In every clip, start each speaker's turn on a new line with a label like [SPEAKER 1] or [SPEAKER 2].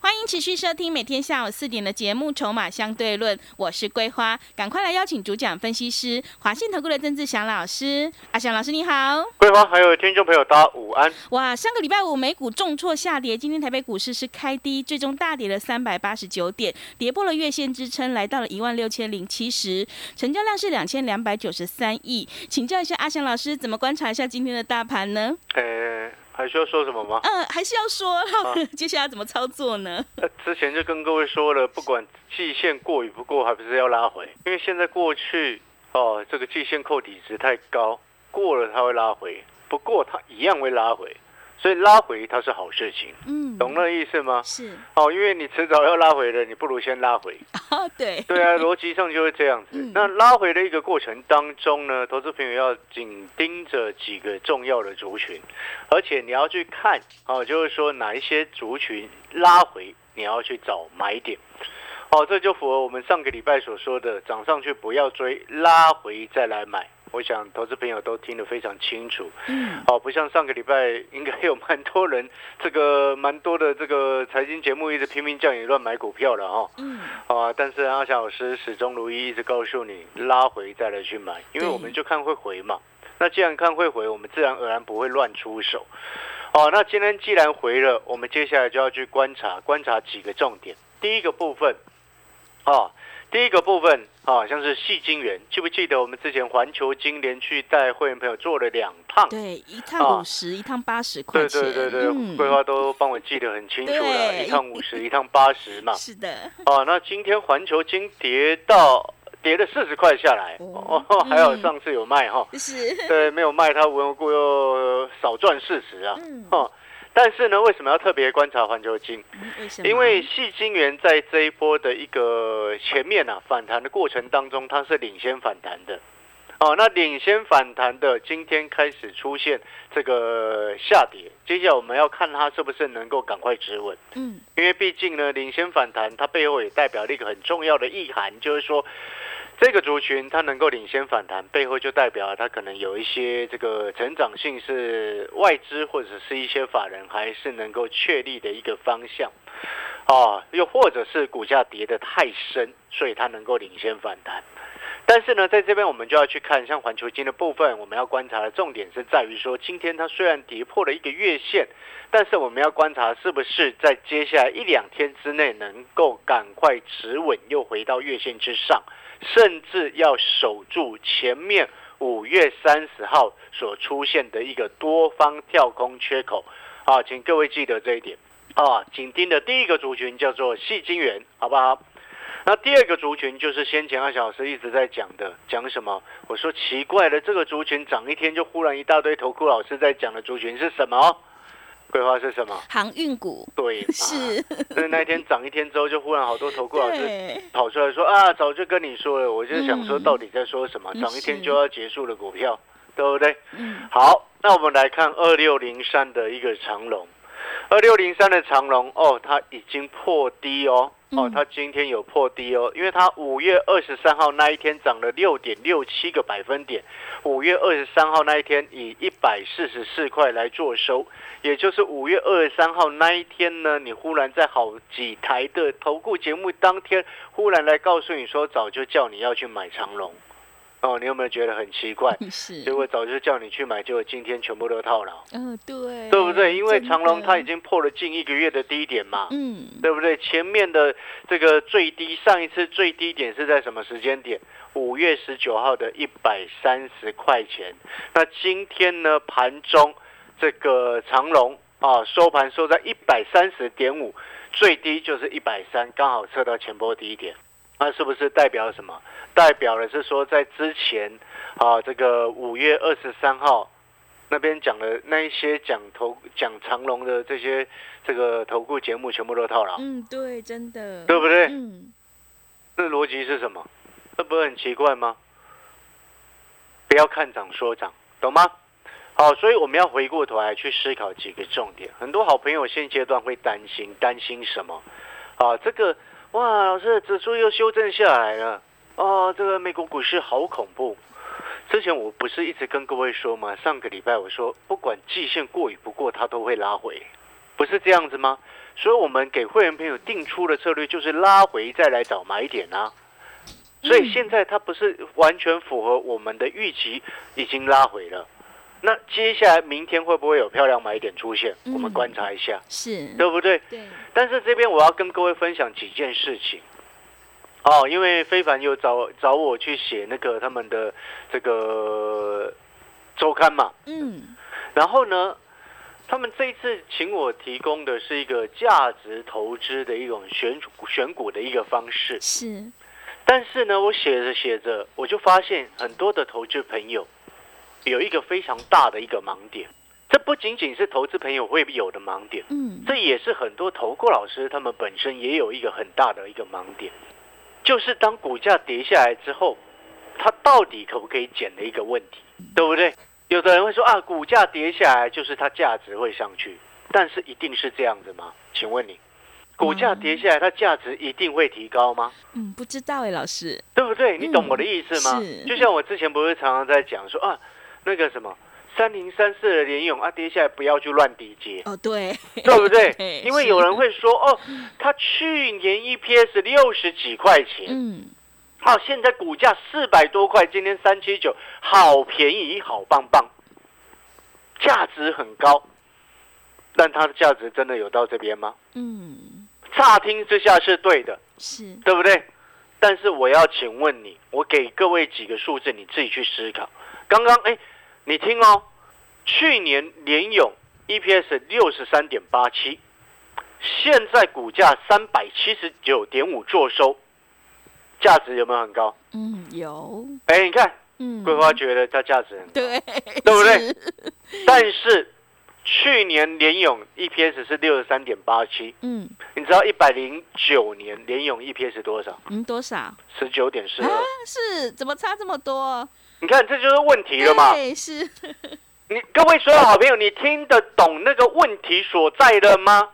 [SPEAKER 1] 欢迎持续收听每天下午四点的节目《筹码相对论》，我是桂花，赶快来邀请主讲分析师华信投顾的郑志祥老师。阿祥老师你好，
[SPEAKER 2] 桂花还有听众朋友，大家午安。
[SPEAKER 1] 哇，上个礼拜五美股重挫下跌，今天台北股市是开低，最终大跌了三百八十九点，跌破了月线支撑，来到了一万六千零七十，成交量是两千两百九十三亿。请教一下阿祥老师，怎么观察一下今天的大盘呢？
[SPEAKER 2] 呃，还需要说什么吗？
[SPEAKER 1] 嗯、还是要说，
[SPEAKER 2] 啊
[SPEAKER 1] 接下来怎么操作呢？
[SPEAKER 2] 呃，之前就跟各位说了，不管季线过与不过，还不是要拉回，因为现在过去哦，这个季线扣底值太高，过了它会拉回，不过它一样会拉回，所以拉回它是好事情，
[SPEAKER 1] 嗯，
[SPEAKER 2] 懂那意思吗？
[SPEAKER 1] 是
[SPEAKER 2] 哦，因为你迟早要拉回的，你不如先拉回。
[SPEAKER 1] 啊，对，
[SPEAKER 2] 对啊，逻辑上就会这样子
[SPEAKER 1] 嗯。
[SPEAKER 2] 那拉回的一个过程当中呢，投资朋友要紧盯着几个重要的族群，而且你要去看哦，就是说哪一些族群拉回，你要去找买点。哦，这就符合我们上个礼拜所说的，涨上去不要追，拉回再来买。我想投资朋友都听得非常清楚。
[SPEAKER 1] 嗯，
[SPEAKER 2] 哦，不像上个礼拜，应该有蛮多人，这个蛮多的这个财经节目一直拼命叫你乱买股票了哦。
[SPEAKER 1] 嗯，
[SPEAKER 2] 啊，但是阿翔老师始终如一，一直告诉你拉回再来去买，因为
[SPEAKER 1] 对
[SPEAKER 2] 我们就看会回嘛。那既然看会回，我们自然而然不会乱出手。哦，那今天既然回了，我们接下来就要去观察观察几个重点。第一个部分，哦，第一个部分啊，像是细晶元，记不记得我们之前环球金连续带会员朋友做了两趟？
[SPEAKER 1] 对，一趟五
[SPEAKER 2] 啊
[SPEAKER 1] 十、一趟八十块
[SPEAKER 2] 对
[SPEAKER 1] 钱，
[SPEAKER 2] 对对对，
[SPEAKER 1] 嗯
[SPEAKER 2] 桂花都帮我记得很清楚了，
[SPEAKER 1] 对
[SPEAKER 2] 一趟五十，一趟八十嘛。
[SPEAKER 1] 是的，
[SPEAKER 2] 哦，那今天环球金跌到跌了四十块下来，
[SPEAKER 1] 哦
[SPEAKER 2] 哦， 还好
[SPEAKER 1] 嗯
[SPEAKER 2] 上次有卖哈，
[SPEAKER 1] 是，
[SPEAKER 2] 对，没有卖它无缘无故又少赚四十啊，
[SPEAKER 1] 嗯，
[SPEAKER 2] 哦，但是呢，为什么要特别观察环球金？
[SPEAKER 1] 嗯为什么？
[SPEAKER 2] 因为细金元在这一波的一个前面啊反弹的过程当中，它是领先反弹的。哦，那领先反弹的今天开始出现这个下跌，接下来我们要看它是不是能够赶快止稳。
[SPEAKER 1] 嗯，
[SPEAKER 2] 因为毕竟呢，领先反弹它背后也代表了一个很重要的意涵，就是说这个族群它能够领先反弹，背后就代表了它可能有一些这个成长性是外资或者是一些法人还是能够确立的一个方向。啊，又或者是股价跌得太深，所以它能够领先反弹。但是呢，在这边我们就要去看，像环球金的部分，我们要观察的重点是在于说，今天它虽然跌破了一个月线，但是我们要观察是不是在接下来一两天之内能够赶快止稳，又回到月线之上，甚至要守住前面五月三十号所出现的一个多方跳空缺口。啊，请各位记得这一点啊，紧盯的第一个族群叫做细晶元，好不好？那第二个族群就是先前二小时一直在讲的，讲什么？我说奇怪了，这个族群涨一天就忽然一大堆投顾老师在讲的族群是什么？规划是什么？
[SPEAKER 1] 航运股
[SPEAKER 2] 对嘛，
[SPEAKER 1] 是，
[SPEAKER 2] 所以那一天涨一天之后，就忽然啊好多投顾老师
[SPEAKER 1] 对，
[SPEAKER 2] 跑出来说啊，早就跟你说了，我就想说
[SPEAKER 1] 嗯
[SPEAKER 2] 到底在说什么？
[SPEAKER 1] 嗯
[SPEAKER 2] 涨一天
[SPEAKER 1] 是
[SPEAKER 2] 就要结束的股票，对不对？
[SPEAKER 1] 嗯，
[SPEAKER 2] 好，那我们来看二六零三的一个长龙，二六零三的长龙哦，它已经破低哦，哦
[SPEAKER 1] 嗯，
[SPEAKER 2] 它今天有破低哦，因为它五月二十三号那一天涨了六点六七个百分点，五月二十三号那一天以一百四十四块来做收，也就是五月二十三号那一天呢，你忽然在好几台的投顾节目当天，忽然来告诉你说早就叫你要去买长龙，哦，你有没有觉得很奇怪？
[SPEAKER 1] 是，
[SPEAKER 2] 结果早就叫你去买，结果今天全部都套牢，
[SPEAKER 1] 嗯，对，
[SPEAKER 2] 对不对？因为
[SPEAKER 1] 真
[SPEAKER 2] 长隆
[SPEAKER 1] 的
[SPEAKER 2] 它已，经破了近一个月的低点嘛，
[SPEAKER 1] 嗯，
[SPEAKER 2] 对不对？前面的这个最低，上一次最低点是在什么时间点？五月十九号的一百三十块钱。那今天呢，盘中这个长隆啊，收盘收在一百三十点五，最低就是一百三，刚好测到前波低点。那是不是代表什么？代表的是说，在之前啊，这个五月二十三号那边讲的那一些讲投讲长隆的这些这个投顾节目，全部都套牢。
[SPEAKER 1] 嗯嗯，对，真的，
[SPEAKER 2] 对不对
[SPEAKER 1] 嗯，
[SPEAKER 2] 这逻辑是什么？这不是很奇怪吗？不要看涨说涨，懂吗？好，所以我们要回过头来去思考几个重点。很多好朋友现阶段会担心，担心什么？啊，这个哇，老师，指数又修正下来了。哦，这个美国股市好恐怖。之前我不是一直跟各位说吗？上个礼拜我说，不管季线过与不过，它都会拉回，不是这样子吗？所以我们给会员朋友定出的策略就是拉回再来找买点啊。所以现在它不是完全符合我们的预期，已经拉回了。那接下来明天会不会有漂亮买点出现？我们观察一下，
[SPEAKER 1] 是，
[SPEAKER 2] 对不对？
[SPEAKER 1] 对，
[SPEAKER 2] 但是这边我要跟各位分享几件事情。哦，因为非凡有找找我去写那个他们的这个周刊嘛，
[SPEAKER 1] 嗯，
[SPEAKER 2] 然后呢，他们这一次请我提供的是一个价值投资的一种选股选股的一个方式，
[SPEAKER 1] 是，
[SPEAKER 2] 但是呢，我写着写着，我就发现很多的投资朋友有一个非常大的一个盲点，这不仅仅是投资朋友会有的盲点。
[SPEAKER 1] 嗯，
[SPEAKER 2] 这也是很多投顾老师他们本身也有一个很大的一个盲点，就是当股价跌下来之后，它到底可不可以减的一个问题，对不对？有的人会说啊，股价跌下来就是它价值会上去，但是一定是这样子吗？请问你，股价跌下来，它价值一定会提高吗？
[SPEAKER 1] 嗯，不知道哎，老师，
[SPEAKER 2] 对不对？你懂我的意思吗？
[SPEAKER 1] 嗯是
[SPEAKER 2] 就像我之前不是常常在讲说啊，那个什么三零三四的联勇啊，跌下来不要去乱低接。
[SPEAKER 1] 哦，对，
[SPEAKER 2] 对不对
[SPEAKER 1] 对？
[SPEAKER 2] 因为
[SPEAKER 1] 是
[SPEAKER 2] 有人会说，哦，他去年 EPS 六十几块钱，
[SPEAKER 1] 嗯，
[SPEAKER 2] 好、现在股价四百多块，今天三七九，好便宜，好棒棒，价值很高，但它的价值真的有到这边吗？
[SPEAKER 1] 嗯，
[SPEAKER 2] 乍听之下是对的，
[SPEAKER 1] 是，
[SPEAKER 2] 对不对？但是我要请问你，我给各位几个数字，你自己去思考。刚刚哎，你听哦，去年联勇 EPS 六十三点八七，现在股价三百七十九点五做收，价值有没有很高？
[SPEAKER 1] 嗯，有，
[SPEAKER 2] 哎，你看
[SPEAKER 1] 嗯，
[SPEAKER 2] 桂花觉得它价值很高，
[SPEAKER 1] 对，
[SPEAKER 2] 对不对？
[SPEAKER 1] 是？
[SPEAKER 2] 但是去年联勇 EPS 是六十三点八七，
[SPEAKER 1] 嗯
[SPEAKER 2] 你知道一百零九年联勇 EPS 多少？
[SPEAKER 1] 嗯，多少啊？
[SPEAKER 2] 十九点四二。
[SPEAKER 1] 是怎么差这么多？
[SPEAKER 2] 你看，这就是问题了嘛。
[SPEAKER 1] 对，是，
[SPEAKER 2] 你各位所有好朋友，你听得懂那个问题所在的吗？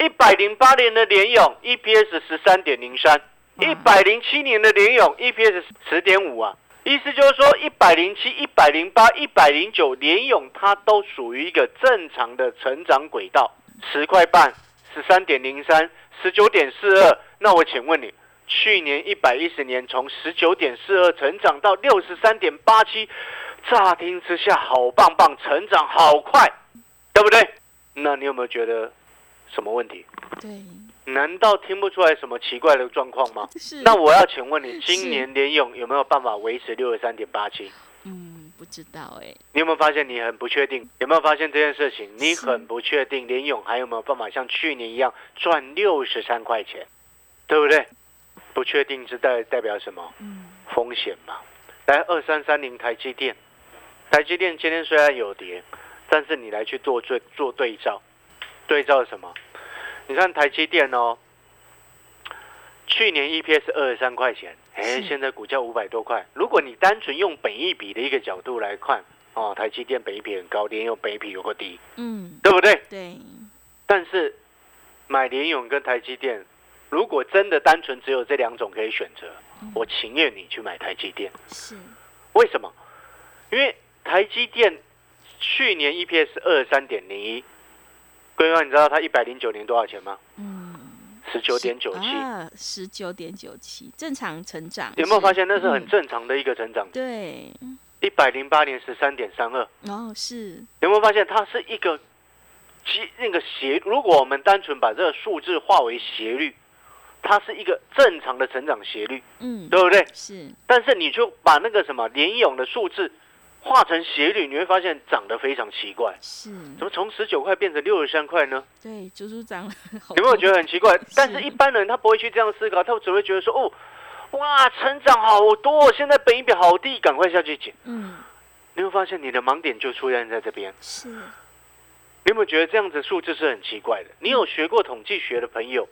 [SPEAKER 2] 一百零八年的联勇 EPS 十三点零三，一百零七年的联勇 EPS 十点五啊。意思就是说，一百零七、一百零八、一百零九联勇，它都属于一个正常的成长轨道，十块半、十三点零三、十九点四二。那我请问你，去年一百一十年从十九点四二成长到六十三点八七，乍听之下好棒棒，成长好快，对不对？那你有没有觉得什么问题？
[SPEAKER 1] 对，
[SPEAKER 2] 难道听不出来什么奇怪的状况吗？
[SPEAKER 1] 是。
[SPEAKER 2] 那我要请问
[SPEAKER 1] 是
[SPEAKER 2] 你，今年联勇有没有办法维持六十三点八七？
[SPEAKER 1] 嗯，不知道哎，
[SPEAKER 2] 你有没有发现你很不确定？有没有发现这件事情？你
[SPEAKER 1] 是
[SPEAKER 2] 很不确定联勇还有没有办法像去年一样赚六十三块钱，对不对？不确定是代代表什么？
[SPEAKER 1] 嗯，
[SPEAKER 2] 风险嘛。来二三三零台积电，台积电今天虽然有跌，但是你来去做对做对照，对照什么？你看台积电哦，去年 EPS 二十三块钱，哎，
[SPEAKER 1] 是
[SPEAKER 2] 现在股价五百多块。如果你单纯用本益比的一个角度来看，哦，台积电本益比很高，联用本益比有个低，
[SPEAKER 1] 嗯，
[SPEAKER 2] 对不对？
[SPEAKER 1] 对，
[SPEAKER 2] 但是买联勇跟台积电，如果真的单纯只有这两种可以选择，我情愿你去买台积电。
[SPEAKER 1] 是，
[SPEAKER 2] 为什么？因为台积电去年 EPS 二三点零一，桂啊花，你知道它一百零九年多少钱吗？
[SPEAKER 1] 嗯，
[SPEAKER 2] 十九点九七。
[SPEAKER 1] 啊，十九点九七，正常成长。
[SPEAKER 2] 有没
[SPEAKER 1] 是
[SPEAKER 2] 有发现那是很
[SPEAKER 1] 嗯
[SPEAKER 2] 正常的一个成长？
[SPEAKER 1] 对，
[SPEAKER 2] 一百零八年十三点三二，
[SPEAKER 1] 然后是，
[SPEAKER 2] 有没有发现它是一个斜那个斜？如果我们单纯把这个数字化为斜率，它是一个正常的成长斜率，
[SPEAKER 1] 嗯，
[SPEAKER 2] 对不对？
[SPEAKER 1] 是，
[SPEAKER 2] 但是你就把那个什么联勇的数字化成斜率，你会发现长得非常奇怪。
[SPEAKER 1] 是
[SPEAKER 2] 怎，么从十九块变成六十三块呢？
[SPEAKER 1] 对，足足涨了好多。
[SPEAKER 2] 有没有觉得很奇怪？但是
[SPEAKER 1] 哦是
[SPEAKER 2] 一般人他不会去这样思考，他只会觉得说，哦，哇，成长好多，现在本一比好低，赶快下去捡。
[SPEAKER 1] 嗯，
[SPEAKER 2] 你会发现你的盲点就出现在这边。
[SPEAKER 1] 是，
[SPEAKER 2] 你有没有觉得这样子数字是很奇怪的？你有学过统计学的朋友，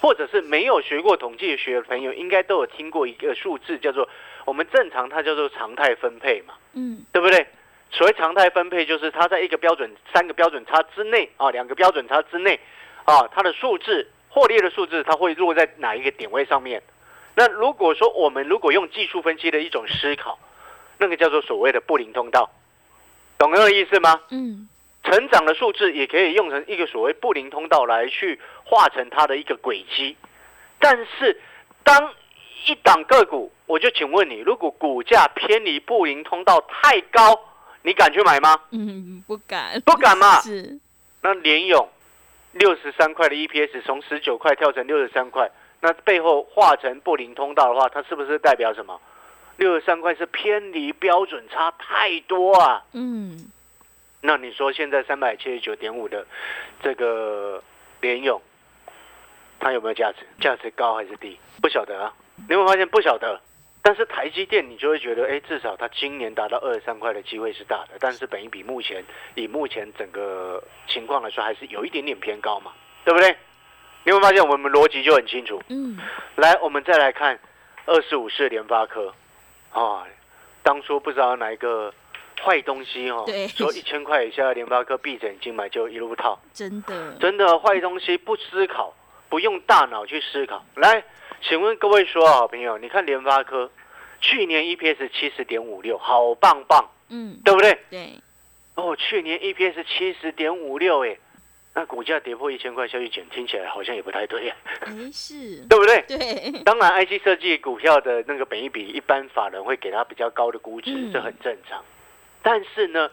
[SPEAKER 2] 或者是没有学过统计学的朋友，应该都有听过一个数字，叫做我们正常它叫做常态分配嘛，
[SPEAKER 1] 嗯
[SPEAKER 2] 对不对？所谓常态分配，就是它在一个标准、三个标准差之内啊，两个标准差之内啊，它的数字获利的数字，它会落在哪一个点位上面？那如果说我们如果用技术分析的一种思考，那个叫做所谓的布林通道，懂那个意思吗？
[SPEAKER 1] 嗯
[SPEAKER 2] 成长的数字也可以用成一个所谓布林通道来去画成它的一个轨迹。但是，当一档个股，我就请问你，如果股价偏离布林通道太高，你敢去买吗？
[SPEAKER 1] 嗯，不敢
[SPEAKER 2] 不敢嘛
[SPEAKER 1] 是
[SPEAKER 2] 那联勇六十三块的 EPS 从十九块跳成六十三块，那背后画成布林通道的话，它是不是代表什么？六十三块是偏离标准差太多啊！
[SPEAKER 1] 嗯
[SPEAKER 2] 那你说现在三百七十九点五的这个联勇，它有没有价值？价值高还是低？不晓得啊。你会发现不晓得。但是台积电，你就会觉得，哎，至少它今年达到二十三块的机会是大的，但是本一比目前以目前整个情况来说，还是有一点点偏高嘛，对不对？你会发现我们逻辑就很清楚。
[SPEAKER 1] 嗯
[SPEAKER 2] 来，我们再来看二十五是联发科，啊，当初不知道哪一个坏东西哦
[SPEAKER 1] 对，
[SPEAKER 2] 说一千块以下的联发科闭着眼睛买就一路套，
[SPEAKER 1] 真的
[SPEAKER 2] 真的坏东西不思考，不用大脑去思考。来，请问各位所有好朋友，你看联发科去年 EPS 七十点五六，好棒棒，
[SPEAKER 1] 嗯
[SPEAKER 2] 对不对？
[SPEAKER 1] 对
[SPEAKER 2] 哦，去年 EPS 七十点五六，哎，那股价跌破一千块下去捡，听起来好像也不太对呀，
[SPEAKER 1] 哎是
[SPEAKER 2] 对不对？
[SPEAKER 1] 对
[SPEAKER 2] 当然，IC 设计股票的那个本一比，一般法人会给它比较高的估值
[SPEAKER 1] 嗯，
[SPEAKER 2] 这很正常。但是呢，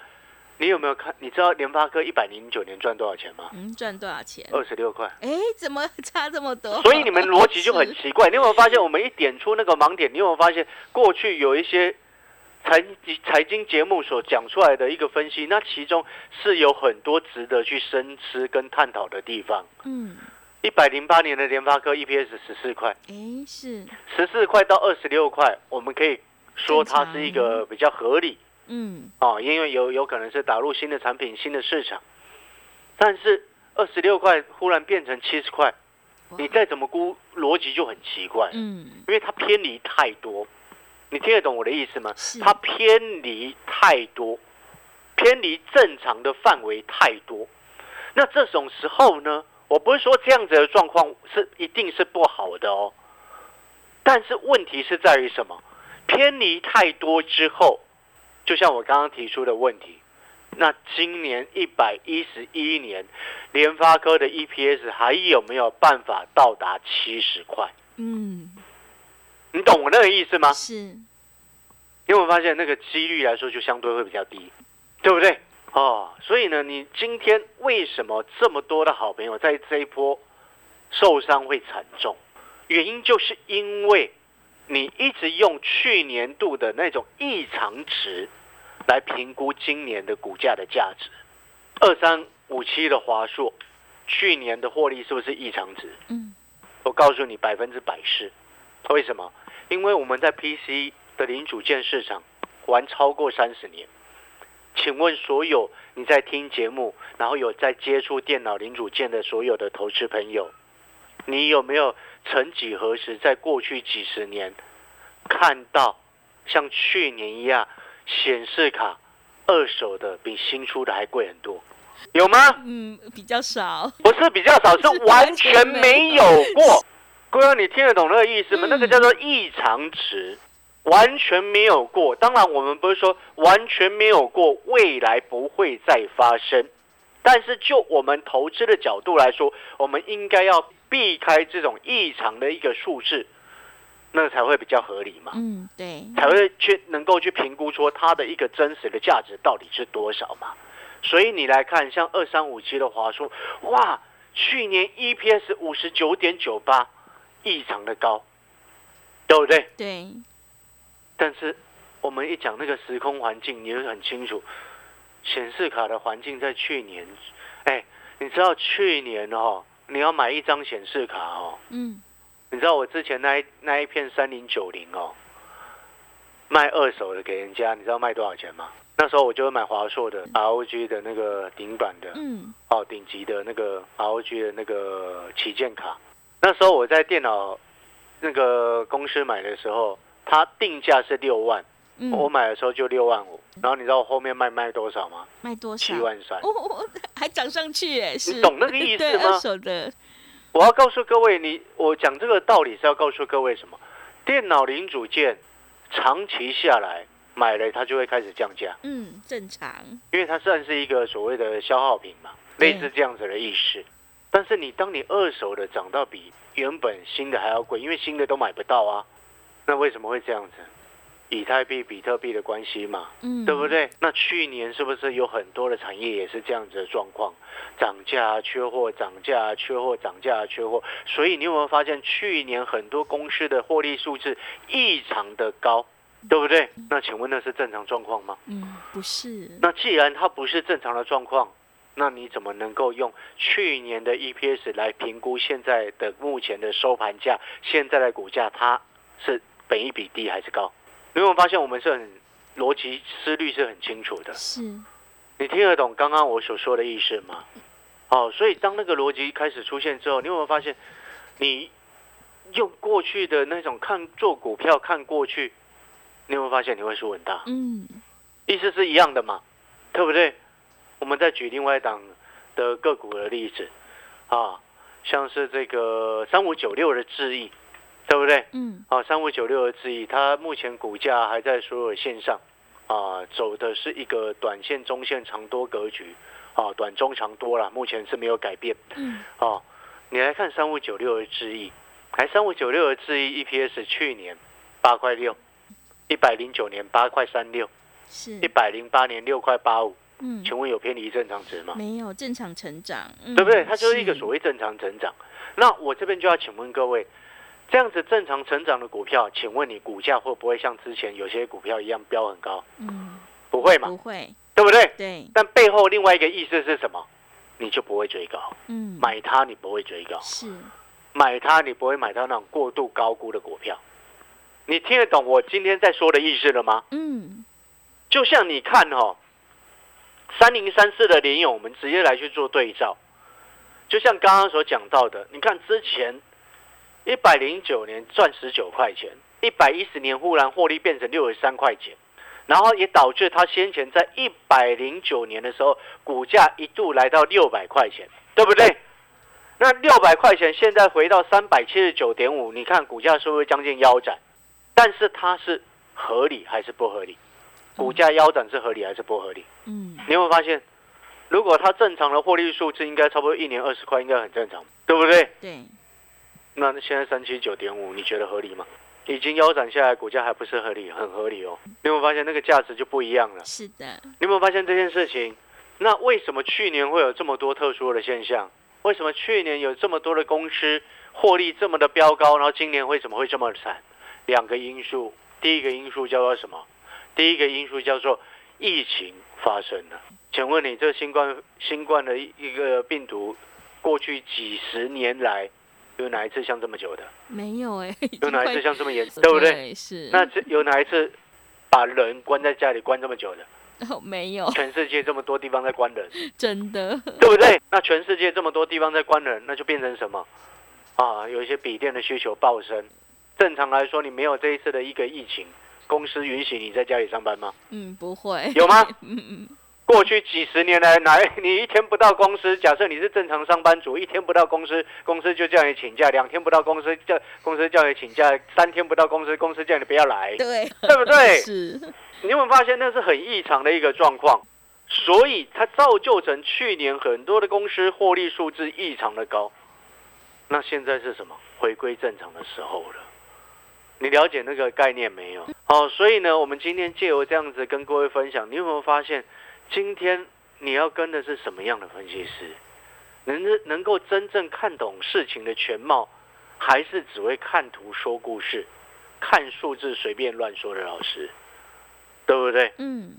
[SPEAKER 2] 你有没有看？你知道联发科一百零九年赚多少钱吗？
[SPEAKER 1] 嗯赚多少钱
[SPEAKER 2] 二十六块。
[SPEAKER 1] 哎怎么 差这么多
[SPEAKER 2] 所以你们逻辑就很
[SPEAKER 1] 是
[SPEAKER 2] 奇怪。你有没有发现，我们一点出那个盲点，你有没有发现过去有一些财财经节目所讲出来的一个分析，那其中是有很多值得去深思跟探讨的地方。
[SPEAKER 1] 嗯
[SPEAKER 2] 一百零八年的联发科 EPS 十四块。
[SPEAKER 1] 哎是
[SPEAKER 2] 十四块到二十六块，我们可以说它是一个比较合理
[SPEAKER 1] 嗯
[SPEAKER 2] 啊，因为有有可能是打入新的产品、新的市场。但是二十六块忽然变成七十块，
[SPEAKER 1] 哇
[SPEAKER 2] 你再怎么估，逻辑就很奇怪，因
[SPEAKER 1] 嗯
[SPEAKER 2] 为它偏离太多。你听得懂我的意思吗
[SPEAKER 1] 是？
[SPEAKER 2] 它偏离太多，偏离正常的范围太多。那这种时候呢，我不是说这样子的状况是一定是不好的哦，但是问题是在于什么？偏离太多之后，就像我刚刚提出的问题，那今年一百一十一年，联发科的 EPS 还有没有办法到达七十块？
[SPEAKER 1] 嗯
[SPEAKER 2] 你懂我那个意思吗？
[SPEAKER 1] 是
[SPEAKER 2] 因为我发现那个几率来说就相对会比较低，对不对？哦，所以呢，你今天为什么这么多的好朋友在这一波受伤会惨重？原因就是因为你一直用去年度的那种异常值来评估今年的股价的价值。二三五七的华硕，去年的获利是不是异常值？
[SPEAKER 1] 嗯
[SPEAKER 2] 我告诉你，百分之百是。为什么？因为我们在 PC 的零组件市场玩超过三十年。请问所有你在听节目，然后有在接触电脑零组件的所有的投资朋友，你有没有曾几何时，在过去几十年看到像去年一样，显示卡二手的比新出的还贵很多？有吗？
[SPEAKER 1] 嗯比较少
[SPEAKER 2] 不是比较少，是完全没有过。哥，你听得懂那个意思吗？
[SPEAKER 1] 嗯
[SPEAKER 2] 那个叫做异常值，完全没有过。当然，我们不是说完全没有过，未来不会再发生。但是就我们投资的角度来说，我们应该要避开这种异常的一个数字，那才会比较合理嘛，
[SPEAKER 1] 嗯对
[SPEAKER 2] 才会去能够去评估说它的一个真实的价值到底是多少嘛。所以你来看，像二三五七的华硕，哇，去年 EPS 五十九点九八，异常的高，对不对？
[SPEAKER 1] 对
[SPEAKER 2] 但是我们一讲那个时空环境，你就很清楚，显示卡的环境在去年，哎，你知道去年哦，你要买一张显示卡哦，
[SPEAKER 1] 嗯
[SPEAKER 2] 你知道我之前那一那一片三零九零哦，卖二手的给人家，你知道卖多少钱吗？那时候我就会买华硕的 ROG 的那个顶版的，
[SPEAKER 1] 嗯
[SPEAKER 2] 哦，顶级的那个 ROG 的那个旗舰卡，那时候我在电脑那个公司买的时候，它定价是六万，
[SPEAKER 1] 嗯，
[SPEAKER 2] 我买的时候就六万五，然后你知道我后面卖卖多少吗？
[SPEAKER 1] 卖多少？
[SPEAKER 2] 七万三。
[SPEAKER 1] 哦，哦 还涨上去哎，是
[SPEAKER 2] 你懂那个意
[SPEAKER 1] 对
[SPEAKER 2] 思吗
[SPEAKER 1] 二？手的，
[SPEAKER 2] 我要告诉各位，你我讲这个道理是要告诉各位什么？电脑零组件长期下来买了，它就会开始降价，
[SPEAKER 1] 嗯，正常，
[SPEAKER 2] 因为它算是一个所谓的消耗品嘛，
[SPEAKER 1] 对
[SPEAKER 2] 类似这样子的意思。但是你当你二手的涨到比原本新的还要贵，因为新的都买不到啊，那为什么会这样子？以太币、比特币的关系嘛，
[SPEAKER 1] 嗯，
[SPEAKER 2] 对不？对？那去年是不是有很多的产业也是这样子的状况，涨价啊、缺货、涨价啊、缺货、涨价啊、缺货？所以你有没有发现，去年很多公司的获利数字异常的高，对不对？那请问那是正常状况吗？
[SPEAKER 1] 嗯，不是，
[SPEAKER 2] 那既然它不是正常的状况，那你怎么能够用去年的 EPS 来评估现在的目前的收盘价、现在的股价，它是本一比低还是高？你有没有发现我们是很逻辑思虑是很清楚的？
[SPEAKER 1] 是，
[SPEAKER 2] 你听得懂刚刚我所说的意思吗？哦，所以当那个逻辑开始出现之后，你有没有发现，你用过去的那种看做股票看过去，你有没有发现你会输很大？
[SPEAKER 1] 嗯，
[SPEAKER 2] 意思是一样的嘛，对不对？我们再举另外一档的个股的例子啊，像是这个三五九六的智易，对不对？
[SPEAKER 1] 嗯，
[SPEAKER 2] 啊，三五九六的智易，它目前股价还在所有线上啊，走的是一个短线、中线、长多格局啊，短中长多啦，目前是没有改变
[SPEAKER 1] 嗯，
[SPEAKER 2] 啊。你来看三五九六的智易，还三五九六的智易 EPS 去年八块六，一百零九年八块三六。
[SPEAKER 1] 是
[SPEAKER 2] 一，百零八年六块八五，
[SPEAKER 1] 嗯，
[SPEAKER 2] 请问有偏离正常值吗？
[SPEAKER 1] 没有正常成长，嗯
[SPEAKER 2] 对不对？它就是一个所
[SPEAKER 1] 谓，
[SPEAKER 2] 谓正常成长。那我这边就要请问各位，这样子正常成长的股票，请问你股价会不会像之前有些股票一样飙很高？
[SPEAKER 1] 嗯，
[SPEAKER 2] 不会嘛
[SPEAKER 1] 不，会，
[SPEAKER 2] 对不对？
[SPEAKER 1] 对，
[SPEAKER 2] 但背后另外一个意思是什么？你就不会追高，
[SPEAKER 1] 嗯，
[SPEAKER 2] 买它你不会追高，
[SPEAKER 1] 是，
[SPEAKER 2] 买它你不会买到那种过度高估的股票。你听得懂我今天在说的意思了吗？
[SPEAKER 1] 嗯，
[SPEAKER 2] 就像你看哦，三零三四的联友，我们直接来去做对照。就像刚刚所讲到的，你看之前一百零九年赚十九块钱，一百一十年忽然获利变成六十三块钱，然后也导致它先前在一百零九年的时候，股价一度来到六百块钱，对不对？那六百块钱现在回到三百七十九点五，你看股价是不是将近腰斩？但是它是合理还是不合理？股价腰斩是合理还是不合理？
[SPEAKER 1] 嗯，
[SPEAKER 2] 你有没有发现，如果它正常的获利数字应该差不多一年二十块，应该很正常，对不对？
[SPEAKER 1] 对，
[SPEAKER 2] 那现在三七九点五，你觉得合理吗？已经腰斩下来，股价还不是合理，很合理哦。你有没有发现那个价值就不一样了？
[SPEAKER 1] 是的，
[SPEAKER 2] 你有没有发现这件事情？那为什么去年会有这么多特殊的现象？为什么去年有这么多的公司获利这么的飙高，然后今年为什么会这么惨？两个因素，第一个因素叫做什么？第一个因素叫做疫情发生了。请问你这新冠新冠的一一个病毒，过去几十年来有哪一次像这么久的？
[SPEAKER 1] 没有哎，已
[SPEAKER 2] 有
[SPEAKER 1] 经
[SPEAKER 2] 哪一
[SPEAKER 1] 快
[SPEAKER 2] 次像这么严，对不对？？
[SPEAKER 1] 是，
[SPEAKER 2] 那这有哪一次把人关在家里关这么久的？
[SPEAKER 1] 哦没有，
[SPEAKER 2] 全世界这么多地方在关人，
[SPEAKER 1] 真的，
[SPEAKER 2] 对不对？那全世界这么多地方在关人，那就变成什么？啊，有一些笔电的需求暴升。正常来说，你没有这一次的一个疫情，公司允许你在家里上 班吗？
[SPEAKER 1] 嗯，不会，
[SPEAKER 2] 有吗？
[SPEAKER 1] 嗯嗯，
[SPEAKER 2] 过去几十年来，哪你一天不到公司，假设你是正常上班族，一天不到公司，公司就叫你请假；两天不到公司，叫公司叫你请假；三天不到公司，公司叫你不要来，
[SPEAKER 1] 对，
[SPEAKER 2] 对不对？
[SPEAKER 1] 是，
[SPEAKER 2] 你有没有发现那是很异常的一个状况？所以它造就成去年很多的公司获利数字异常的高。那现在是什么？回归正常的时候了。你了解那个概念没有？哦，所以呢，我们今天借由这样子跟各位分享，你有没有发现，今天你要跟的是什么样的分析师？能能够真正看懂事情的全貌，还是只会看图说故事、看数字随便乱说的老师？对不对？
[SPEAKER 1] 嗯，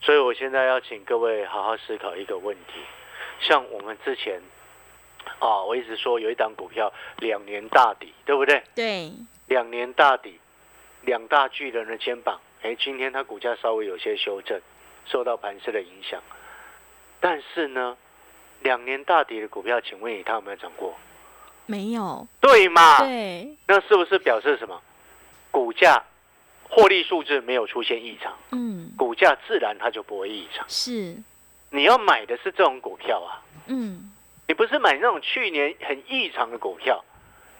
[SPEAKER 2] 所以我现在要请各位好好思考一个问题，像我们之前啊，我一直说有一档股票两年大底，对不对？
[SPEAKER 1] 对，
[SPEAKER 2] 两年大底，两大巨人的肩膀，哎，今天它股价稍微有些修正，受到盘势的影响，但是呢，两年大底的股票，请问你它有没有涨过？
[SPEAKER 1] 没有，
[SPEAKER 2] 对嘛？
[SPEAKER 1] 对，
[SPEAKER 2] 那是不是表示什么？股价获利数字没有出现异常，
[SPEAKER 1] 嗯，
[SPEAKER 2] 股价自然它就不会异常。
[SPEAKER 1] 是，
[SPEAKER 2] 你要买的是这种股票啊，
[SPEAKER 1] 嗯，
[SPEAKER 2] 你不是买那种去年很异常的股票，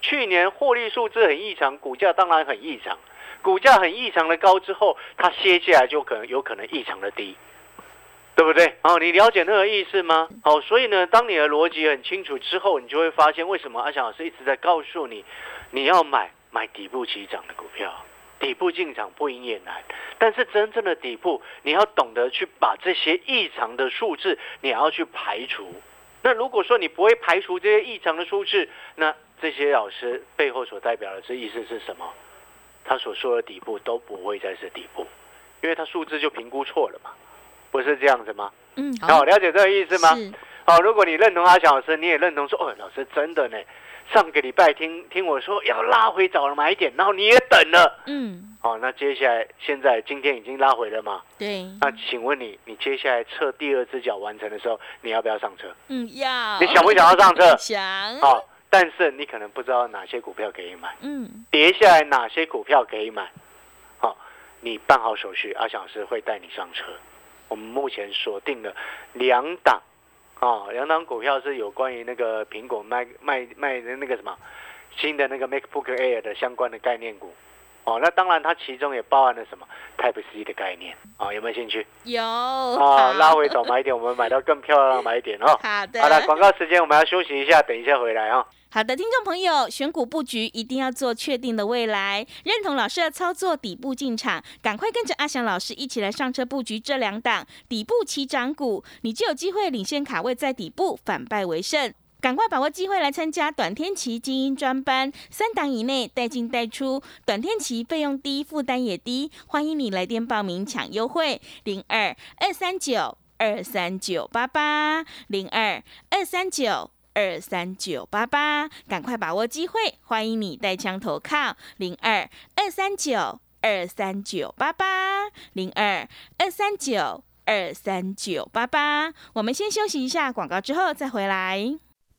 [SPEAKER 2] 去年获利数字很异常，股价当然很异常，股价很异常的高之后，它歇下来就可能有可能异常的低，对不对？哦，你了解那个意思吗？哦，所以呢，当你的逻辑很清楚之后，你就会发现为什么阿翔老师一直在告诉你，你要买买底部起涨的股票。底部进场不赢也难，但是真正的底部，你要懂得去把这些异常的数字，你要去排除。那如果说你不会排除这些异常的数字，那这些老师背后所代表的是意思是什么？他所说的底部都不会再是底部，因为他数字就评估错了嘛，不是这样子吗？
[SPEAKER 1] 嗯，
[SPEAKER 2] 好，了解这个意思吗？
[SPEAKER 1] 是，
[SPEAKER 2] 好、如果你认同阿翔老师，你也认同说，哦，老师真的呢，上个礼拜听听我说要拉回早买点，然后你也等了，
[SPEAKER 1] 嗯，
[SPEAKER 2] 哦，那接下来现在今天已经拉回了嘛？
[SPEAKER 1] 对，
[SPEAKER 2] 那请问你，你接下来测第二只脚完成的时候，你要不要上车？
[SPEAKER 1] 嗯，要，
[SPEAKER 2] 你想不想要上车
[SPEAKER 1] 想，
[SPEAKER 2] 好、啊但是你可能不知道哪些股票可以买，
[SPEAKER 1] 嗯，
[SPEAKER 2] 跌下来哪些股票可以买。好、你办好手续，阿翔老师会带你上车。我们目前锁定了两档，啊、两档股票是有关于那个苹果卖卖卖的那个什么新的那个 MacBook Air 的相关的概念股。哦，那当然，它其中也包含了什么 Type C 的概念啊、哦？有没有兴趣？
[SPEAKER 1] 有，
[SPEAKER 2] 哦
[SPEAKER 1] 好，
[SPEAKER 2] 拉回早买一点，我们买到更漂亮的买一点哦。
[SPEAKER 1] 好的，
[SPEAKER 2] 好了，广告时间，我们要休息一下，等一下回来啊、哦。
[SPEAKER 1] 好的，听众朋友，选股布局一定要做确定的未来，认同老师的操作，底部进场，赶快跟着阿翔老师一起来上车布局这两档底部起涨股，你就有机会领先卡位在底部，反败为胜。赶快把握机会来参加短天期精英专班，三档以内带进带出，短天期费用低，负担也低，欢迎你来电报名抢优惠，零二二三九二三九八八零二二三九二三九八八，赶快把握机会，欢迎你带枪投靠零二二三九二三九八八零二二三九二三九八八。我们先休息一下广告，之后再回来。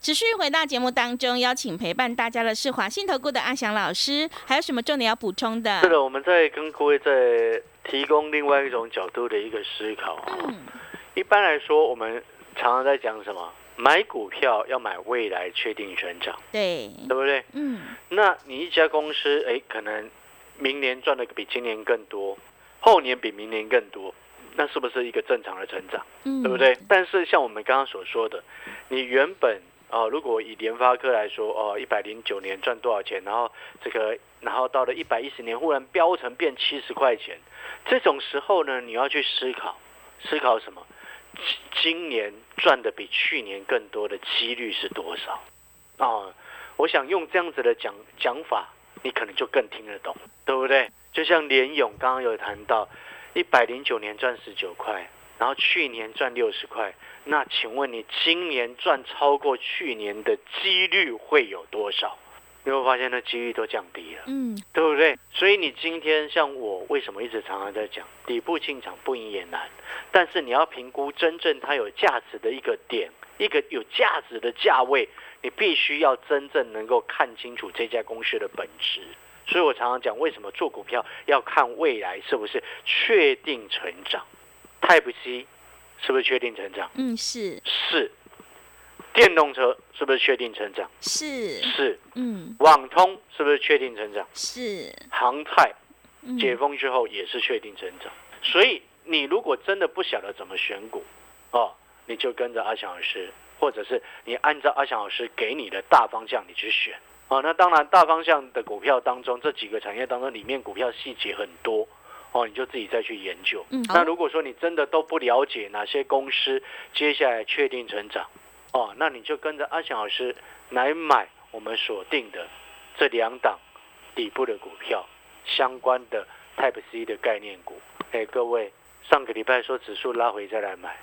[SPEAKER 1] 持续回到节目当中，邀请陪伴大家的是华信投顾的阿翔老师，还有什么重点要补充的？
[SPEAKER 2] 是的，我们在跟各位再提供另外一种角度的一个思考啊。
[SPEAKER 1] 嗯，
[SPEAKER 2] 一般来说，我们常常在讲什么？买股票要买未来确定成长，
[SPEAKER 1] 对，
[SPEAKER 2] 对不对？
[SPEAKER 1] 嗯，
[SPEAKER 2] 那你一家公司，哎，可能明年赚的比今年更多，后年比明年更多，那是不是一个正常的成长？
[SPEAKER 1] 嗯，
[SPEAKER 2] 对不？对？但是像我们刚刚所说的，你原本哦，如果以联发科来说，哦，一百零九年赚多少钱，然后这个，然后到了一百一十年，忽然飙成变七十块钱，这种时候呢，你要去思考，思考什么？今今年赚的比去年更多的几率是多少？哦，我想用这样子的讲讲法，你可能就更听得懂，对不对？就像连勇刚刚有谈到，一百零九年赚十九块，然后去年赚六十块，那请问你今年赚超过去年的几率会有多少？你会发现那几率都降低了，
[SPEAKER 1] 嗯，
[SPEAKER 2] 对不对？所以你今天像我，为什么一直常常在讲底部进场不赢也难，但是你要评估真正它有价值的一个点，一个有价值的价位，你必须要真正能够看清楚这家公司的本质。所以我常常讲，为什么做股票要看未来是不是确定成长？Type C 是不是确定成长？
[SPEAKER 1] 嗯，是，
[SPEAKER 2] 是。电动车是不是确定成长？
[SPEAKER 1] 是，
[SPEAKER 2] 是。
[SPEAKER 1] 嗯，
[SPEAKER 2] 网通是不是确定成长？
[SPEAKER 1] 是，
[SPEAKER 2] 航太
[SPEAKER 1] 嗯
[SPEAKER 2] 解封之后也是确定成长。所以你如果真的不晓得怎么选股，哦，你就跟着阿翔老师，或者是你按照阿翔老师给你的大方向你去选。哦，那当然大方向的股票当中，这几个产业当中里面股票细节很多。哦，你就自己再去研究。
[SPEAKER 1] 嗯好
[SPEAKER 2] 那如果说你真的都不了解哪些公司接下来确定成长，哦，那你就跟着阿翔老师来买我们锁定的这两档底部的股票相关的 Type C 的概念股。哎，各位，上个礼拜说指数拉回再来买，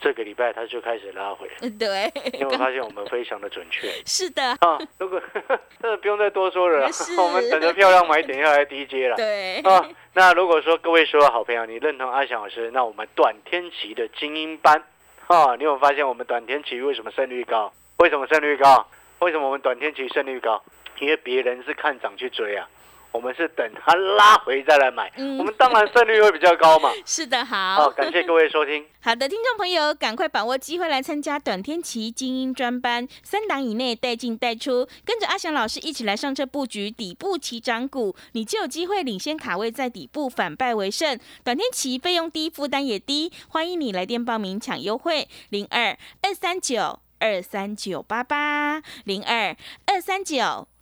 [SPEAKER 2] 这个礼拜它就开始拉回，
[SPEAKER 1] 嗯 对，
[SPEAKER 2] 你有没有发现我们非常的准确？
[SPEAKER 1] 是的，
[SPEAKER 2] 啊，如果 真的不用再多说了啦
[SPEAKER 1] 是，
[SPEAKER 2] 我们等着漂亮买点要来低接 了。
[SPEAKER 1] 对，
[SPEAKER 2] 啊，那如果说各位所有好朋友，你认同阿翔老师，那我们短天期的精英班，啊，你有没有发现我们短天期为什么胜率高？为什么胜率高？为什么我们短天期胜率高？因为别人是看涨去追啊，我们是等它拉回再来买，
[SPEAKER 1] 嗯
[SPEAKER 2] 我们当然胜率会比较高嘛。
[SPEAKER 1] 是的，
[SPEAKER 2] 好、
[SPEAKER 1] 好
[SPEAKER 2] 啊，，感谢各位收听。
[SPEAKER 1] 好的，听众朋友，赶快把握机会来参加短天期精英专班，三档以内带进带出，跟着阿翔老师一起来上车布局底部起涨股，你就有机会领先卡位在底部反败为胜。短天期费用低，负担也低，欢迎你来电报名抢优惠，零二二三九二三九八八零二二三九。